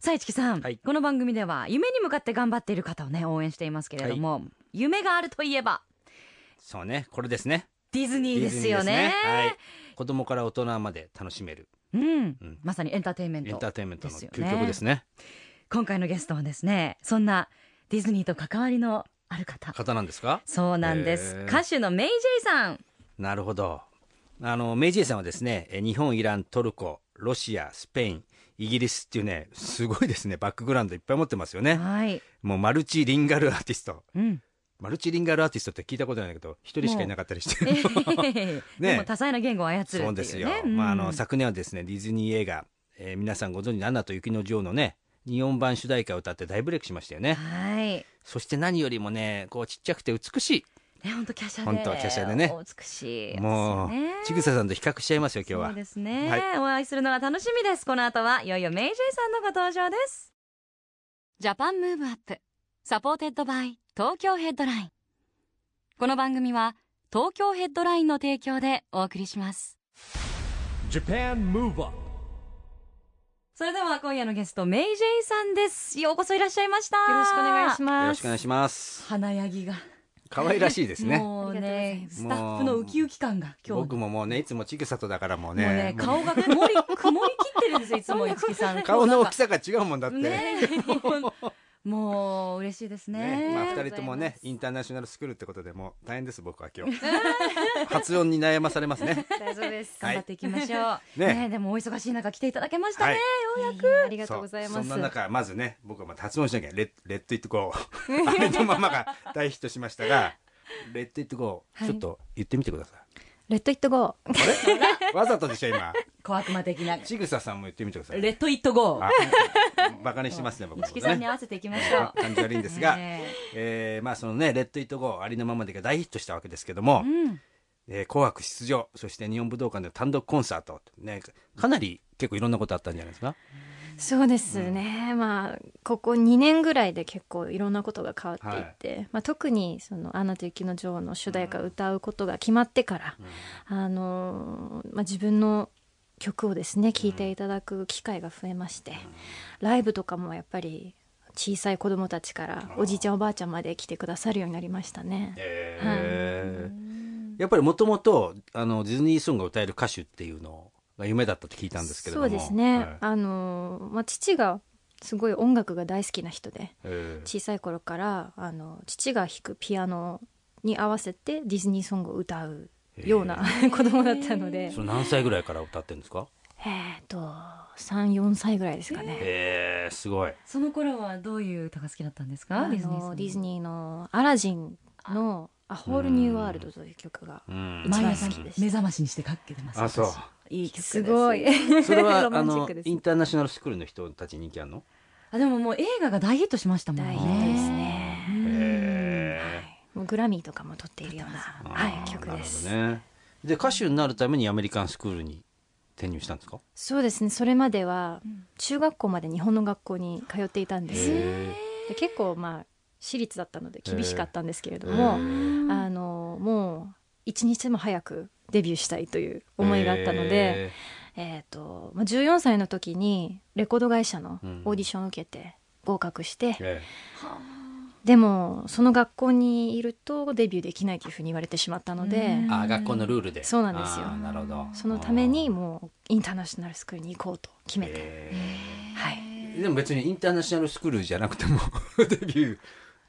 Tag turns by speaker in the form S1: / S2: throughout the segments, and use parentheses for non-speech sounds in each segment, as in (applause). S1: さあ、市木さん、
S2: はい
S1: この番組では、夢に向かって頑張っている方をね、応援していますけれども、夢があるといえば、
S2: そうね。これですね。
S1: ディズニーです
S2: ディ
S1: よ
S2: ズニー
S1: ね
S2: です。はい。子供から大人まで楽しめる
S1: うん、
S2: うん
S1: まさにエンターテインメント。
S2: エンターテインメントの
S1: ですよね
S2: 究極ですね。
S1: 今回のゲストはですね、そんなディズニーと関わりのある方。
S2: 方なんですか
S1: そうなんです
S2: へー。
S1: 歌手のメイジェイさん。
S2: なるほど。あの、メイジェイさんはですね、え日本、イラン、トルコ、ロシア、スペイン、イギリスっていうね、すごいですね、バックグラウンドいっぱい持ってますよね。
S1: はい。
S2: もうマルチリンガルアーティスト。
S1: うん。
S2: マルチリンガルアーティストって聞いたことないんだけど、一人しかいなかったり
S1: (laughs)
S2: して。 (laughs)
S1: ええ
S2: ね
S1: でも多彩な言語を操るっていうね。
S2: そうですよ。
S1: ん
S2: まあ、あの、昨年はですね、ディズニー映画、えー皆さんご存知のアナと雪の女王のね、日本版主題歌を歌って大ブレイクしましたよね。
S1: はい。
S2: そして何よりもね、こうちっちゃくて美し
S1: ね、本当華奢で。
S2: ほんと華奢でね
S1: お美しい。
S2: い。もう、ちぐ
S1: さ
S2: ささんと比較しちゃいますよ、今日
S1: そう
S2: は。
S1: ですね、
S2: はい
S1: お会いするのが楽しみです。この後は、いよいよメイジェイさんのご登場です。ジャパンムーブアップ。サポーテッドバイ東京ヘッドライン。この番組は、東京ヘッドラインの提供でお送りします。
S3: JAPAN MOVE UP
S1: それでは今夜のゲスト、メイジェイさんです。ようこそいらっしゃいました。
S4: よろしくお願いします。
S2: よろしくお願いします。
S1: 花やぎが。
S2: 可愛らしいですね。
S1: もう
S4: あり
S1: ね、
S2: と
S4: が
S2: う
S1: ス
S2: ございま
S1: タ
S2: す
S1: ッフのウキウキ感が今日
S2: 僕ももうね、いつもちぐさとだからもうね。
S1: もうね、
S2: もう
S1: 顔が曇り、曇り切ってるんですよ、いつも、いつきさん。
S2: 顔の大きさが違うもんだって。
S1: ねえもう、嬉しいですね。
S2: ねまあ、二人ともねインターナショナルスクールってことでもう大変です僕は今日発音に悩まされますね
S4: 大丈夫です。
S2: はい
S1: 頑張っていきましょう。
S2: ね
S1: ねえでもお忙しい中来ていただけましたね。
S2: はい
S1: ようやく。
S4: (laughs) ありがとうございます。
S2: そそんな中まずね僕はまた発音しなきゃ「レッレッド・イット・ゴー」あ (laughs) れのままが大ヒットしましたが「レッド・イット・ゴー」
S4: はい
S2: ちょっと言ってみてください
S4: レッドイットゴー。
S2: あれわざとでしょ今
S1: 小悪魔的な。レ
S2: ちぐささんも言ってみてください
S1: ッドイットゴー。
S2: あバカにしてますね僕
S1: 一木さんに
S2: ね
S1: 合わせていきましょう。
S2: 感じ悪いんですが、
S1: ね
S2: えーまあそのね「レッド・イット・ゴー」ありのままでが大ヒットしたわけですけども、
S1: うん。
S2: えー紅白出場そして日本武道館での単独コンサート、ね、かなり結構いろんなことあったんじゃないですか
S4: そうですね。まあ、ここ2年ぐらいで結構いろんなことが変わっていって、まあ、特にその、アナと雪の女王の主題歌を歌うことが決まってから、あのーまあ、自分の曲をですね、聴いていただく機会が増えまして、ライブとかもやっぱり、小さい子供たちからおじいちゃんおばあちゃんまで来てくださるようになりましたね。
S2: えやっぱりもともとあのディズニーソングを歌える歌手っていうのが夢だったって聞いたんですけれども
S4: そうですね、
S2: はい
S4: あのまあ、父がすごい音楽が大好きな人で
S2: えー
S4: 小さい頃からあの父が弾くピアノに合わせてディズニーソングを歌うような (laughs) 子供だったので
S2: それ何歳ぐらいから歌ってるんですか
S4: えっと34歳ぐらいですかね、
S2: へえー、すごい
S1: その頃はどういう歌が好きだったんですか
S4: あ
S1: ディズニーさ
S4: の
S1: ん
S4: ディズニーの「アラジン」の「アホールニューワールド」という曲が (laughs)
S2: うん
S4: 一
S1: 毎
S4: 番
S1: 朝
S4: 好きです
S1: 目覚ましにしてかけてます。
S2: あそう
S1: 私いい曲です。
S4: すごい
S2: それ
S4: (laughs)
S2: は
S4: ロマ
S2: あ
S4: ンチッ
S2: の
S4: クです
S2: インターナショナルスクールの人たちに人気あるの
S1: あでももう映画が大ヒットしましたもんね。
S4: 大ヒットですね
S1: うん
S2: へ
S4: もうグラミーとかも取っているような、
S2: ーあ
S4: はい、
S2: ー
S4: 曲です、
S2: なるほどねで歌手になるためにアメリカンスクールに転入したんですか
S4: そうですねそれまでは中学校まで日本の学校に通っていたんです、
S2: へ
S4: で結構まあ私立だったので厳しかったんですけれど
S2: ー
S4: も、
S2: へー
S4: あのもう一日も早くデビューしたいという思いがあったので、
S2: へ
S4: えーとまあ14歳の時にレコード会社の
S2: うん
S4: オーディションを受けて合格して、
S2: ーえ
S4: でもその学校にいるとデビューできないというふうに言われてしまったので、
S1: うん
S2: えあー学校のルールで
S4: そうなんですよ
S2: あーなるほど
S4: そのためにもうインターナショナルスクールに行こうと決めて、
S2: へ
S4: はい。
S2: ーでも別にインターナショナルスクールじゃなくても (laughs) デビュー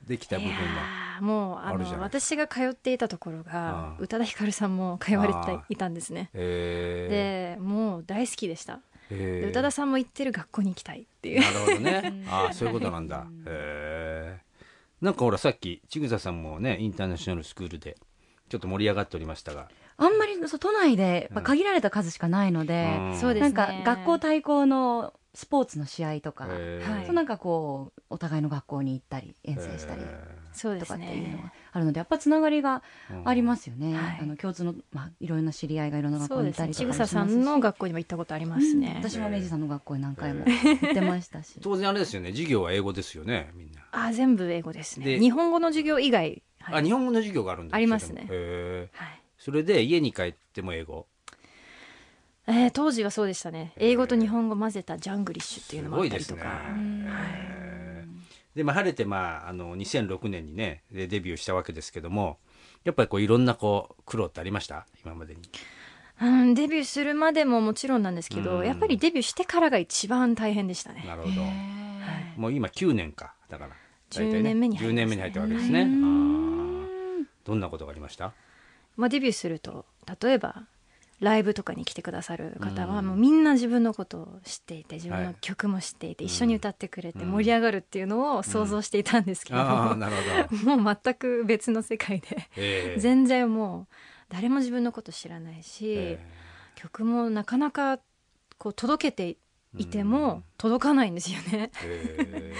S2: できた部分
S4: いや
S2: は
S4: ーもうあ
S2: あるじゃ
S4: の
S2: ない
S4: 私が通っていたところ
S2: あ
S4: が
S2: ー
S4: 宇多田ヒカルさんも通われて
S2: あー
S4: たいたんですね
S2: へ
S4: でもう大好きでした
S2: ー
S4: で
S2: へー
S4: 宇多田さんも行ってる学校に行きたいっていう
S2: なるほど
S4: (laughs)
S2: ねああそういうことなんだへえんかほらさっきちぐささんもねインターナショナルスクールでちょっと盛り上がっておりましたが、
S1: あんまりそう都内でやっぱ限られた数しかないので、
S2: ん
S4: そうです
S1: な
S4: ね
S1: んか学校対抗のスポーツの試合とか、
S2: え。
S4: はい
S1: そうなんかこうお互いの学校に行ったり遠征したり
S4: そうで
S1: とか
S4: す
S1: っていうの
S4: ね
S1: はあるのでやっぱつながりがありますすよね、
S4: はい
S1: あの共通の、まあ、いろんな知り合いがいろんな学
S4: そ
S1: 校
S4: う
S1: に
S4: で
S1: いた
S4: す
S1: りと
S4: ね
S1: か
S4: ち
S1: も
S4: ぐ
S1: しま
S4: さ
S1: すし
S4: さんの学校にも行ったことありますね、
S1: 私も明治さんの学校に何回も
S2: え
S1: 行ってま
S4: (laughs)
S1: したし、
S2: 当然あれですよね、授業は英語ですよね、みんな。
S4: あ全部英語ですね
S2: で
S4: 日本語の授業以外は
S2: あ、
S4: い、
S2: 日本語の授業があるんです
S4: あります
S2: へ
S4: ね
S2: え
S4: はい
S2: それで家に帰っても英語。
S4: えー当時はそうでしたね英語と日本語混ぜたジャングリッシュっていうのもあったり
S2: す
S4: とか、
S2: ごいです
S1: う
S2: ね
S1: ん
S2: へーで、まあ、晴れて、まあ、あの、2006年にね、でデビューしたわけですけども、やっぱりこう、いろんなこう、苦労ってありました今までに。
S4: うん、デビューするまでももちろんなんですけど、
S2: うん
S4: やっぱりデビューしてからが一番大変でしたね
S2: なるほど。
S4: はい
S2: もう今9年か。だから。大体ね
S4: 10年目に入りましたね
S2: 10年目に入ったわけですね。あーどんなことがありました
S4: まあ、デビューすると例えばライブとかに来てくださる方
S2: う
S4: は
S2: ん
S4: もうみんな自分のことを知っていて自分
S2: は
S4: の
S2: い
S4: 曲も知っていて、
S2: うん
S4: 一緒に歌ってくれて
S2: うん
S4: 盛り上がるっていうのを想像していたんですけど、
S2: ああ、なる
S4: (laughs)
S2: ほど。
S4: もう全く別の世界で
S2: ええ
S4: 全然もう誰も自分のこと知らないし、
S2: え
S4: 曲もなかなかこう届けていて
S2: うん
S4: も届かないんですよね。
S2: ええ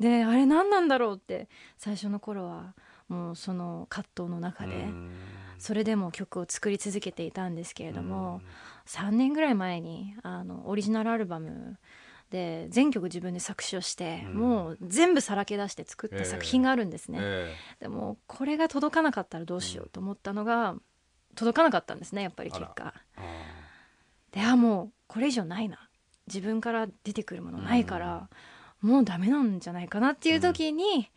S4: であれ何なんだろうって最初の頃はもうその葛藤の
S2: え
S4: 中で、
S2: うん
S4: それでも曲を作り続けていたんですけれども、3年ぐらい前にあのオリジナルアルバムで全曲自分で作詞をして、
S2: うん
S4: もう全部さらけ出して作っ
S2: ええ
S4: た作品があるんですね、
S2: え
S4: でもこれが届かなかったらどうしようと思ったのが、届かなかったんですねやっぱり結果
S2: えあ
S4: であもうこれ以上ないな自分から出てくるものないから、もうダメなんじゃないかなっていう時に、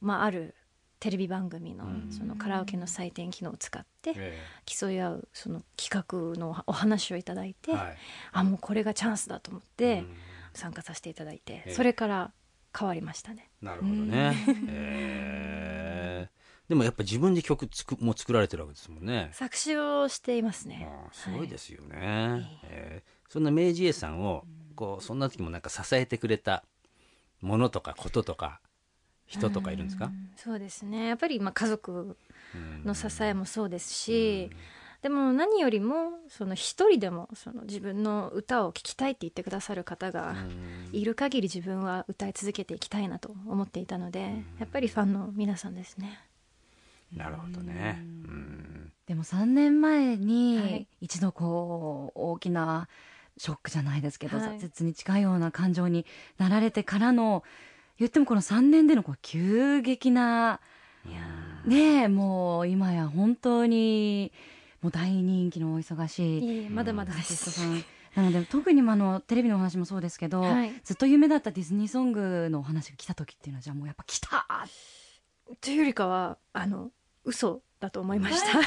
S4: まあ、あるテレビ番組の
S2: うん
S4: そのカラオケの採点機能を使って
S2: え
S4: 競い合うその企画のお話をいただい
S2: え
S4: て、
S2: はい
S4: あもうこれがチャンスだと思っ
S2: う
S4: て
S2: ん
S4: 参加させていただいて、
S2: ええ
S4: それから変わりましたね。
S2: なるほどね。ええでもやっぱ自分で曲つくもう作られてるわけですもんね。
S4: 作詞をしていますね、
S2: ああすごいですすよね。ええそんな明治 A さんをこうそんな時もなんか支えてくれたものとかこととか人とかいるんですか？
S4: はいそうですねやっぱりまあ家族の支え
S2: も
S4: もそうですし、でも何よりもその一人でもその自分の歌を聴きたいって言ってくださる方がいる限り自分は歌い続けていきたいなと思っていたのでやっぱりファンの皆さんですね。
S2: なるほどね。
S1: でも3年前
S4: は
S1: に
S4: い
S1: 一度こう大きなショックじゃないですけど、
S4: はい
S1: 挫折に近いような感情になられてからの言ってもこの3年でのこう急激なねえもう今や本当にもう大人気のお忙しい
S4: いえいえまだまだ
S1: ア
S4: で
S1: ーティスト
S4: す。
S1: さんなので特にあのテレビのお話もそうですけど、
S4: はい
S1: ずっと夢だったディズニーソングのお話が来た時っていうのはじゃあもうやっぱ来た
S4: (laughs) というよりかはあの嘘だと思いました。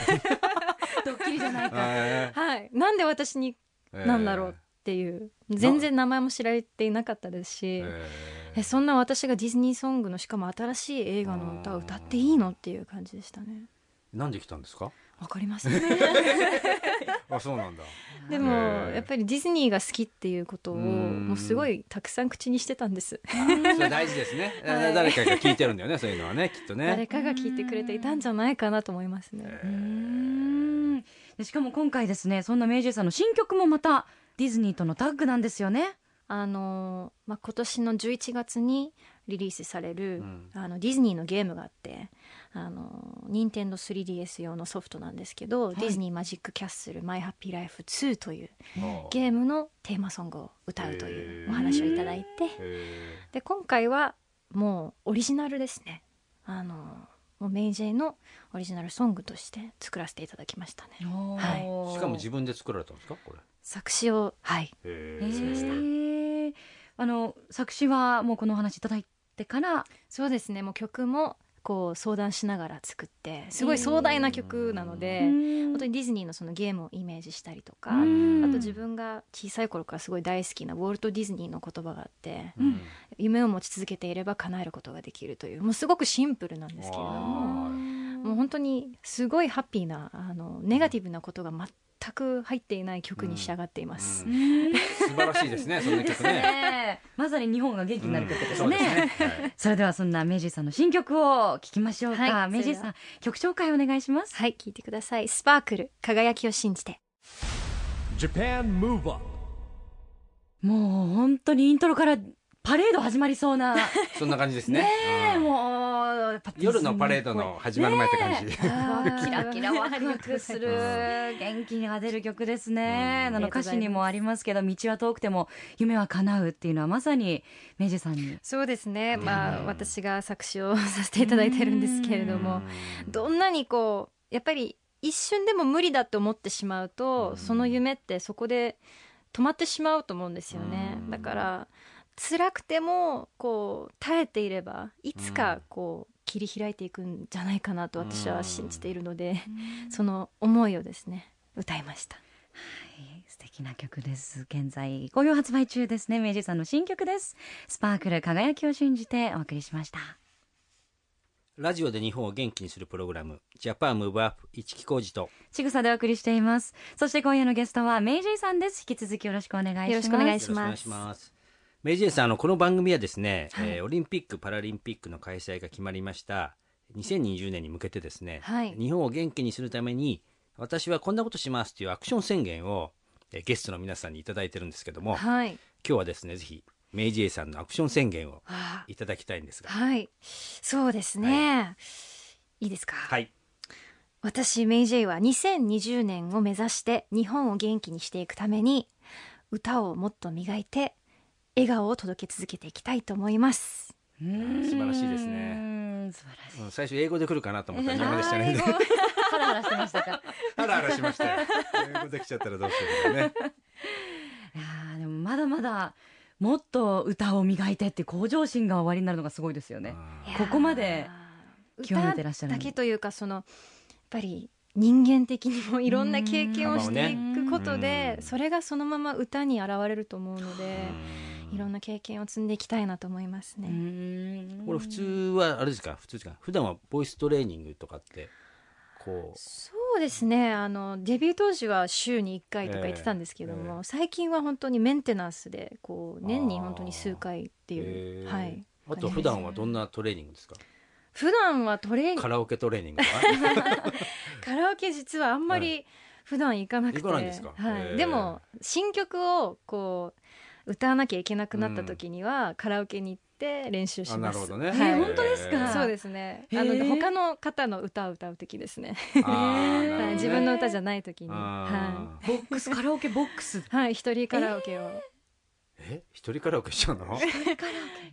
S1: ドッキリじゃないか
S2: え
S4: (laughs) はい、なんで私に
S2: え
S4: なんだろうっていう全然名前も知られていなかったですし。
S2: ええ
S4: えそんな私がディズニーソングのしかも新しい映画の歌を歌っていいのっていう感じでしたね
S2: なんで来たんですか？
S4: わかりますね
S2: あそうなんだ。
S4: でも
S2: へー
S4: やっぱりディズニーが好きっていうことを
S2: うん
S4: もうすごいたくさん口にしてたんです
S2: それ大事ですね。
S4: はい
S2: 誰かが聞いてるんだよねそういうのはねきっとね。
S4: 誰かが聞いてくれていたんじゃないかなと思いますね
S2: え
S1: うーんでしかも今回ですねそんな明治さんの新曲もまたディズニーとのタッグなんですよね。
S4: あのー、まあ、今年の11月にリリースされる、
S2: うん
S4: あのディズニーのゲームがあってあのー Nintendo3DS 用のソフトなんですけど、
S1: い
S4: ディズニーマジックキャッスルマイハッピーライフ2という
S2: もう
S4: ゲームのテーマソングを歌うというお話をいただいて
S2: へ
S4: で今回はもうオリジナルですねあのもうメイジェイのオリジナルソングとして作らせていただきましたね
S2: え
S4: は
S2: しかも自分で作られたんですかこれ。
S4: 作詞をはい
S2: へ
S1: へ
S2: え
S1: ーあの作詞はもうこのお話いただいてから
S4: そうですねもう曲もこう相談しながら作ってすごい壮大な曲なので本当にディズニーのそのゲームをイメージしたりとかあ
S1: うん
S4: と自分が小さい頃からすごい大好きなウォルト・ディズニーの言葉があって
S2: うん
S4: 夢を持ち続けていれば叶えることができるというもうすごくシンプルなんですけれども。もう本当にすごいハッピーなあのネガティブなことが全く入っていない曲に仕上がっています、
S2: うん素晴らしいですねそんな曲
S1: (laughs)
S2: ね。
S1: ねえまさに日本が元気になる曲ですね。
S2: うんそうですねはい
S1: それではそんな明治さんの新曲を聞きましょうか、
S4: はい
S1: 明治
S4: それ
S1: さ
S4: で
S1: ん曲紹介お願いします
S4: はい聞いてください「スパークル輝きを信じて
S3: Japan Move Up
S1: もう本当にイントロからパレード始まりそうな。ね
S2: そんな感じですね。
S1: え、
S2: うん
S1: もう、やっぱ
S2: 夜のパレードの始まる前って感じ。
S4: (laughs)
S1: あーキラキラワクワクする
S2: う
S1: 元気が出る曲ですね。
S2: うん
S1: あの歌詞にもありますけど、道は遠くても夢は叶うっていうのはまさに明治さんに。
S4: そうですね、
S2: うん
S4: まあ私が作詞をさせていただいてるんですけれども、
S2: うん
S4: どんなにこうやっぱり一瞬でも無理だと思ってしまうと、
S2: うん
S4: その夢ってそこで止まってしまうと思うんですよね、
S2: うん
S4: だから辛くてもこう耐えていればいつかこう切り開いていくんじゃないかなと私は信じているので、その思いをですね歌いました
S1: はい素敵な曲です。現在、好評発売中ですね。明治さんの新曲です。スパークル輝きを信じてお送りしました。
S2: ラジオで日本を元気にするプログラム、ジャパンムーブアップ、一木工事と、
S1: ちぐさでお送りしています。そして今夜のゲストは明治さんです。引き続きよろしくお願いします。
S4: よろしくお願いし
S2: よ
S4: ます
S2: ろくお願いします。メイジェイさん、あの、この番組はですね、えーオリンピック・パラリンピックの開催が決まりました。2020年に向けてですね、
S4: はい
S2: 日本を元気にするために、私はこんなことしますというアクション宣言を、えーゲストの皆さんにいただいてるんですけども、今
S4: はい
S2: 日はですね、ぜひ、メイジェイさんのアクション宣言を
S4: あ
S2: いただきたいんですが、
S4: はいそうですね、い、いですか
S2: はい。
S4: 私メイジェイは2020年を目指して日本を元気にしていくために歌をもっと磨いて笑顔を届け続けていきたいと思います。
S1: うん
S2: 素晴らしいですね
S1: うん素晴らしい。
S2: うん最初英語で来るかなと思ったら、ダメでしたね。 (laughs)
S1: ハラハラしてましたか。
S2: ハラハラしましたよ。英語できちゃったらどうするん
S4: (laughs)
S2: だろうね。
S1: いやーでもまだまだもっと歌を磨いてって向上心がおありになるのがすごいですよね。
S2: うん
S4: いやー
S1: (laughs) ここまで極めてらっしゃる
S4: 歌だけというかそのやっぱり人間的にもいろんな経験をしていくことで、
S2: うん
S4: それがそのまま歌に現れると思うので、いろんな経験を積んでいきたいなと思いますね。
S2: これ普通はあれですか普通ですか普段はボイストレーニングとかってこう
S4: そうですねあのデビュー当時は週に1回とか
S2: ええ
S4: 行ってたんですけども、
S2: ええ
S4: 最近は本当にメンテナンスでこう年に本当に数回ってい
S2: え
S4: う、
S2: ー
S4: はい、
S2: あと普段はどんなトレーニングですか
S4: 普段はトレーニン
S2: カ
S4: グ
S2: ラオケトレーニングとか
S4: カラオケ実はあんま
S2: は
S4: り普段行かなくて、
S2: 行かないんですか
S4: はい
S2: ええ
S4: でも新曲をこう歌わなきゃいけなくなった時には、カラオケに行って練習し
S2: あな
S4: ま
S2: る
S4: す
S2: ほどね、
S4: はい
S1: えー本当ですか
S4: そうですね、
S1: へえ
S4: あの他の方の歌を歌う時ですね
S2: あーなるほど
S4: は
S2: ね
S4: い (laughs) 自分の歌じゃない時に、は
S2: あー
S1: ボッ (laughs) クスカラオケボックス
S4: い、はい、一人カラオケを、
S2: え一人カラオケしちゃ
S4: (laughs)
S2: うの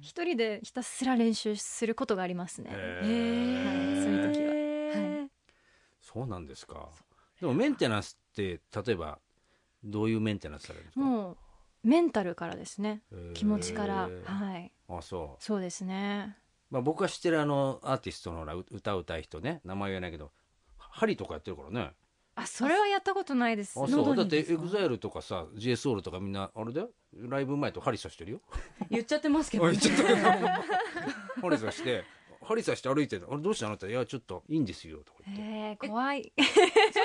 S4: 一人でひたすら練習することがありますね。
S2: へ
S1: へ
S4: はいそういう時は
S1: ー
S2: そうなんですかでもメンテナンスって例えばどういうメンテナンスされるんですか
S4: もうメンタルからですね。
S2: へー
S4: 気持ちから、はい、
S2: あそう
S4: そうですね。
S2: まあ、僕が知ってるあのアーティストのほらう歌を歌う人ね名前言えないけどハリーとかやってるからね
S4: あ、それはやったことないです。
S2: あ
S4: 喉
S2: そう
S4: に
S2: だってエグザイルとかさ JSOUL とかみんなあれだよライブ前とハリさしてるよ (laughs)
S1: 言っちゃってますけど
S2: あ
S1: ね
S2: 言っちゃったけどハリさしてハリさして歩いてるあれどうしたあなたいやちょっといいんですよとか言って、
S4: えー、怖い。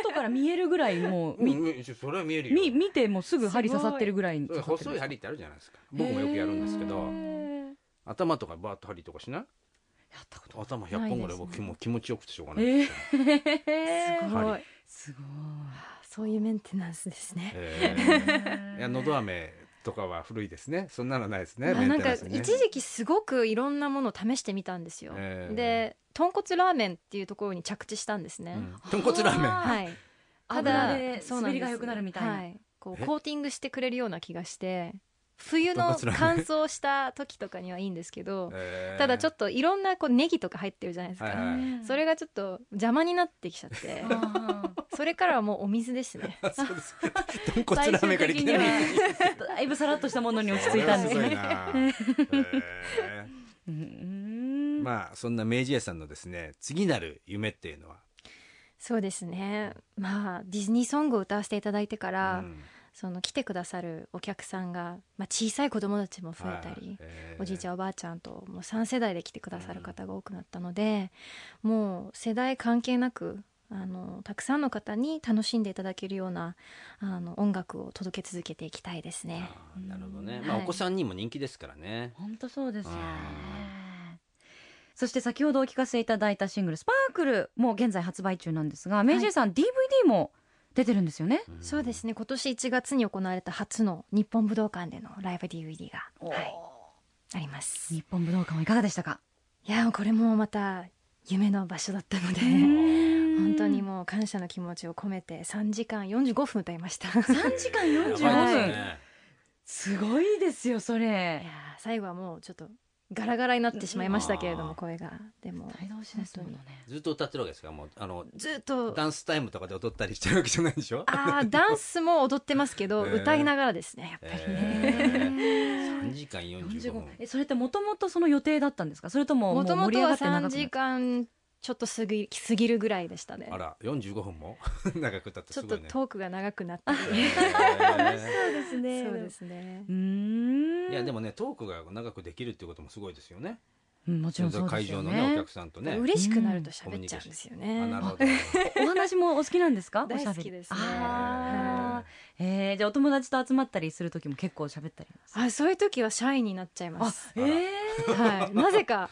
S1: 外から見えるぐらいもう
S2: うん
S1: み
S2: うんそれは見えるよ
S1: み見てもすぐ針刺さってるぐらいに
S2: それ細いハリってあるじゃないですか僕もよくやるんですけど
S1: や
S2: 頭とかバーッとハリとかしない
S1: ったこと
S2: 頭100本ぐらい
S4: ないで
S2: 僕
S4: すね
S2: もう気持ちよくてしょうがない、
S1: え
S4: (laughs) す
S1: ー
S4: ご。
S2: はい
S1: すご
S4: そういうメンテナンスですね。
S2: えーいやのど飴とかは古いですねそんなのないですね
S4: まあ
S2: メ
S4: な
S2: ン
S4: ん
S2: テナ
S4: か
S2: ンスね
S4: 一時期すごくいろんなものを試してみたんですよ。
S2: えー
S4: で、豚骨ラーメンっていうところに着地したんですね。
S2: 豚骨ラーメン。
S4: はい。た
S2: 油
S4: だ
S1: で
S4: そうなん
S1: 滑り
S4: です
S1: が良くなるみたいな
S4: はい、こ
S2: え
S4: うコーティングしてくれるような気がして冬の
S2: 豚骨ラーメン
S4: 乾燥した時とかにはいいんですけど、
S2: えー
S4: ただちょっといろんなこうネギとか入ってるじゃないですか、
S2: はいはい
S1: い
S4: それがちょっと邪魔になってきち
S1: (laughs)
S4: ゃって
S1: あー
S4: それからはもうお水ですね
S2: そうです。豚骨ラーメンからいきなり。
S1: 最終的にはだいぶさらっとしたものに落ち着いたんです
S2: それ
S1: ね
S2: はすごいな。へ
S1: うん
S2: ーまあそんな明治屋さんのですね次なる夢っていうのは、
S4: そうですねまあディズニーソングを歌わせていただいてから、
S2: うん
S4: その来てくださるお客さんが、まあ、小さい子供たちも増えた
S2: はい
S4: り、
S2: えー
S4: おじいちゃんおばあちゃんともう3世代で来てくださる方が多くなったので、もう世代関係なくあのたくさんの方に楽しんでいただけるようなあの音楽を届け続けていきたいですね。
S2: あーなるほどね。まあ
S4: は
S2: お
S4: い
S2: 子さんにも人気ですからね。
S1: 本当そうですよね
S2: あ
S1: そして先ほどお聞かせいただいたシングル「スパークルも現在発売中なんですが、明治さん DVD も出てるんですよね。
S4: そうですね今年1月に行われた初の日本武道館でのライブ DVD が、はい、ありますい
S1: 日本武道館はいかがでしたか
S4: やこれもまた夢の場所だったので本
S1: 本
S4: 当にもう感謝の気持ちを込めて3時間45分歌いました
S1: 3時間45
S2: やばいです
S1: 分
S2: ね
S1: すごいですよそ
S4: いや
S1: れ
S4: ー最後はもうちょっとガラガラになってしまいましたけれ
S2: う
S4: ど
S2: ん
S4: も声がでも
S1: 大同士ですものね
S2: ずっと歌ってるわけですからもうあの
S4: ずっと
S2: ダンスタイムとかで踊ったりしてるわけじゃないでしょ
S4: あーダンスも踊ってますけ
S2: (laughs)
S4: ど、
S2: えー
S4: 歌いながらですねやっぱり
S2: え
S4: ね
S2: ー、3時間45
S1: 45
S2: 分
S1: 分えそれってもともとその予定だったんですかそれともも
S4: も
S1: う
S4: とも
S1: 盛
S4: と
S1: り上が
S4: は
S1: って長くな
S4: 3
S1: った
S4: 時間ちょっと過ぎ過ぎるぐらいでしたね
S2: あら45分も (laughs) 長く歌って
S4: ち
S2: す
S4: ょっ
S2: ご
S4: と
S2: いね
S4: トークが長くなったり (laughs)
S2: え
S1: です
S4: そうですね
S1: うーん
S2: ーいやでもねトークが長くできるっていうこともすごいですよね
S1: うんもちろんそうで
S2: 会
S1: すよ
S2: 場の
S1: ね
S2: ねお客さんとね
S4: 嬉しくなると喋っちゃうんですよ
S2: あ
S4: ね
S2: なるほど
S1: (laughs) お話もお好きなんですか
S4: (laughs) 大好きですね
S1: おしゃべりあーえーじゃあお友達と集まったりする時も結構喋ったり
S4: あそういう時はシャイになっちゃいま
S1: あ
S4: す
S2: あ
S1: え
S2: ら
S1: ー
S4: はいなぜか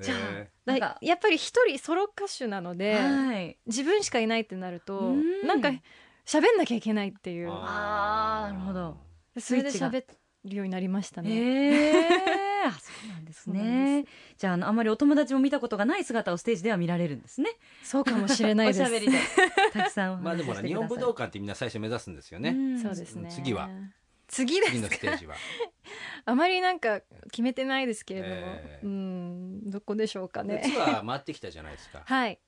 S1: じゃあ
S2: (laughs) え
S4: だ
S1: なんか
S4: やっぱり一人ソロ歌手なので
S1: はい
S4: 自分しかいないってなると
S1: うん
S4: なんか喋んなきゃいけないっていう
S1: あーなるほど
S4: それで
S1: スイッチが
S4: 喋るようになりましたね、 (laughs)
S1: えー、あそうなんです
S4: そうなん
S1: ねじゃああのあまりお友達も見たことがない姿をステージでは見られるんですね
S4: そうかもしれないです (laughs)
S1: おしゃべりでたくさんお
S2: まあ
S1: 話
S2: で
S1: しして
S2: も
S1: くだ
S2: ほ
S1: さ
S2: ら
S1: い
S2: 日本武道館ってみんな最初目指すんですよね、
S1: ん
S4: そうですね
S2: 次は
S4: 次で
S2: 次
S4: す
S2: のステージは
S4: あまりなんか決めてないですけれども、
S2: ええ
S4: うんどこでしょうか
S2: で
S4: (laughs) ね
S2: ツアー回ってきたじゃないですか
S4: はい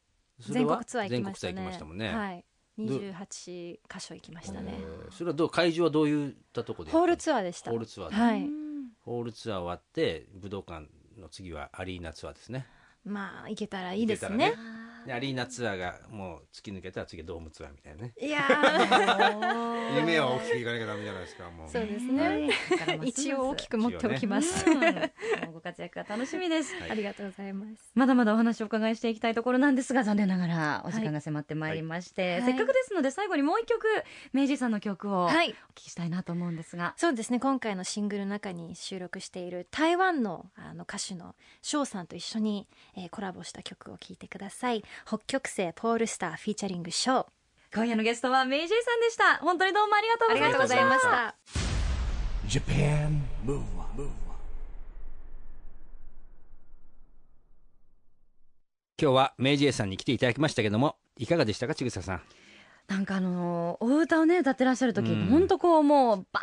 S2: それ
S4: 全
S2: は
S4: 国ツアー行きましたね
S2: 全国ツアー行きましたもんね、
S4: はい
S2: ど
S4: 28箇所行きましたね
S2: えーそれはどう会場はどういったとこでやった
S4: ホー
S2: の
S4: ルツアーでした
S2: ホールツアーで
S4: はい
S2: ホールツアー終わって武道館の次はアリーナツアーですね
S4: まあ行けたらいいです
S2: 行
S4: ね (laughs)
S2: けでアリーナツアーがもう突き抜けたら次ドームツアーみたいなね
S4: いやー
S2: 夢は大きくいかなきゃダメじゃないですかもう
S4: そうですね一応大きく持っておきます、
S1: ご活躍が楽しみです
S2: はい
S4: ありがとうございます
S1: まだまだお話をお伺いしていきたいところなんですが残念ながらお時間が迫ってまいりまして、
S4: はい
S1: せっかくですので最後にもう一曲明治さんの曲をお
S4: は
S1: 聞
S4: い
S1: きしたいなと思うんですが、
S4: そうですね今回のシングルの中に収録している台湾のあの歌手の翔さんと一緒に、えーコラボした曲を聴いてください北極星ポールスターフィーチャリング翔
S1: 今夜のゲストは明治さんでした本当にどうもありがとうございました
S2: ありがとうございました
S3: Japan Move Up, Move Up.
S2: 今日は明治 A さんに来ていただきましたけどもいかがでしたかちぐささん
S1: なんかあのーお歌をね歌ってらっしゃる時
S2: うん
S1: 本当こうもうバ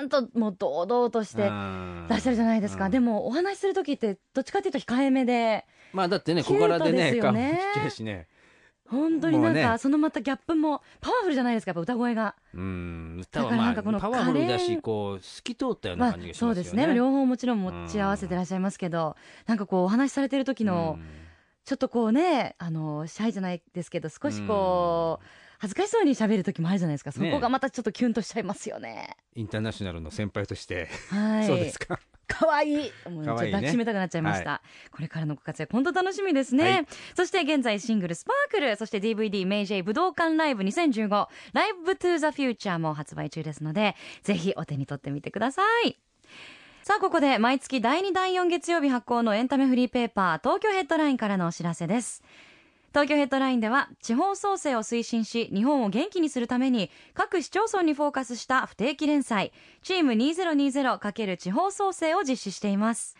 S1: ーンともう堂々としてらっしゃるじゃないですか、で
S2: も
S1: もお話しする時ってどっちかというと控えめで
S2: まあだってね
S1: キュ
S2: 小
S1: ー
S2: 柄
S1: ト
S2: でね
S1: ですよね
S2: 顔もちっちゃいしね
S1: 本当になん
S2: もう
S1: か
S2: ね
S1: そのまたギャップもパワフルじゃないですかやっぱ歌声が、
S2: うん歌は
S1: だから
S2: ま
S1: な
S2: あ
S1: んかこの
S2: パワフルだ
S1: 可
S2: し
S1: 憐
S2: こう透き通ったよう
S1: ま
S2: な
S1: あ
S2: 感じがし
S1: そう
S2: ます
S1: で
S2: よね
S1: すね両方もちろん持ち合わせてらっしゃいますけど、なんかこうお話しされてる時の、
S2: うん
S1: ちょっとこうねあのーシャイじゃないですけど少しこう、恥ずかしそうに喋る時もあるじゃないですかそ
S2: ね
S1: こがまたちょっとキュンとしちゃいますよね
S2: インターナショナルの先輩として、
S1: はい
S2: そうですか
S1: 可愛いもうちょっ
S2: 可
S1: と
S2: 愛いね
S1: 抱きしめたくなっちゃいました、これからのご活躍本当楽しみですね、
S2: はい
S1: そして現在シングル「スパークルそして DVD「メイジェイ武道館ライブ2015ライブトゥザフューチャーも発売中ですのでぜひお手に取ってみてくださいさあここで毎月第2第4月曜日発行のエンタメフリーペーパー東京ヘッドラインからのお知らせです東京ヘッドラインでは地方創生を推進し日本を元気にするために各市町村にフォーカスした不定期連載チーム 2020× 地方創生を実施しています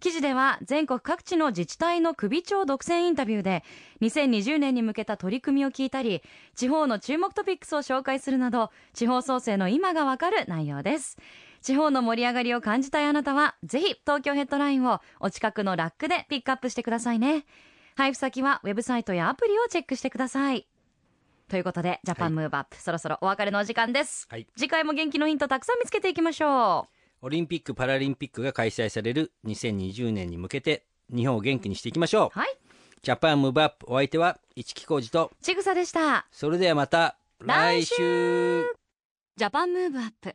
S1: 記事では全国各地の自治体の首長独占インタビューで2020年に向けた取り組みを聞いたり地方の注目トピックスを紹介するなど地方創生の今がわかる内容です地方の盛り上がりを感じたいあなたはぜひ東京ヘッドラインをお近くのラックでピックアップしてくださいね配布先はウェブサイトやアプリをチェックしてくださいということでジャパンムーブアップ、そろそろお別れのお時間です、
S2: はい
S1: 次回も元気のヒントたくさん見つけていきましょ
S2: オリンピック・パラリンピックが開催される2020年に向けて日本を元気にしていきましょ
S1: うはいう
S2: ジャパンムーブアップお相手は市木浩二と
S1: ちぐさでした
S2: それではまた
S1: 来
S2: 来週
S1: ジャパンムーブアップ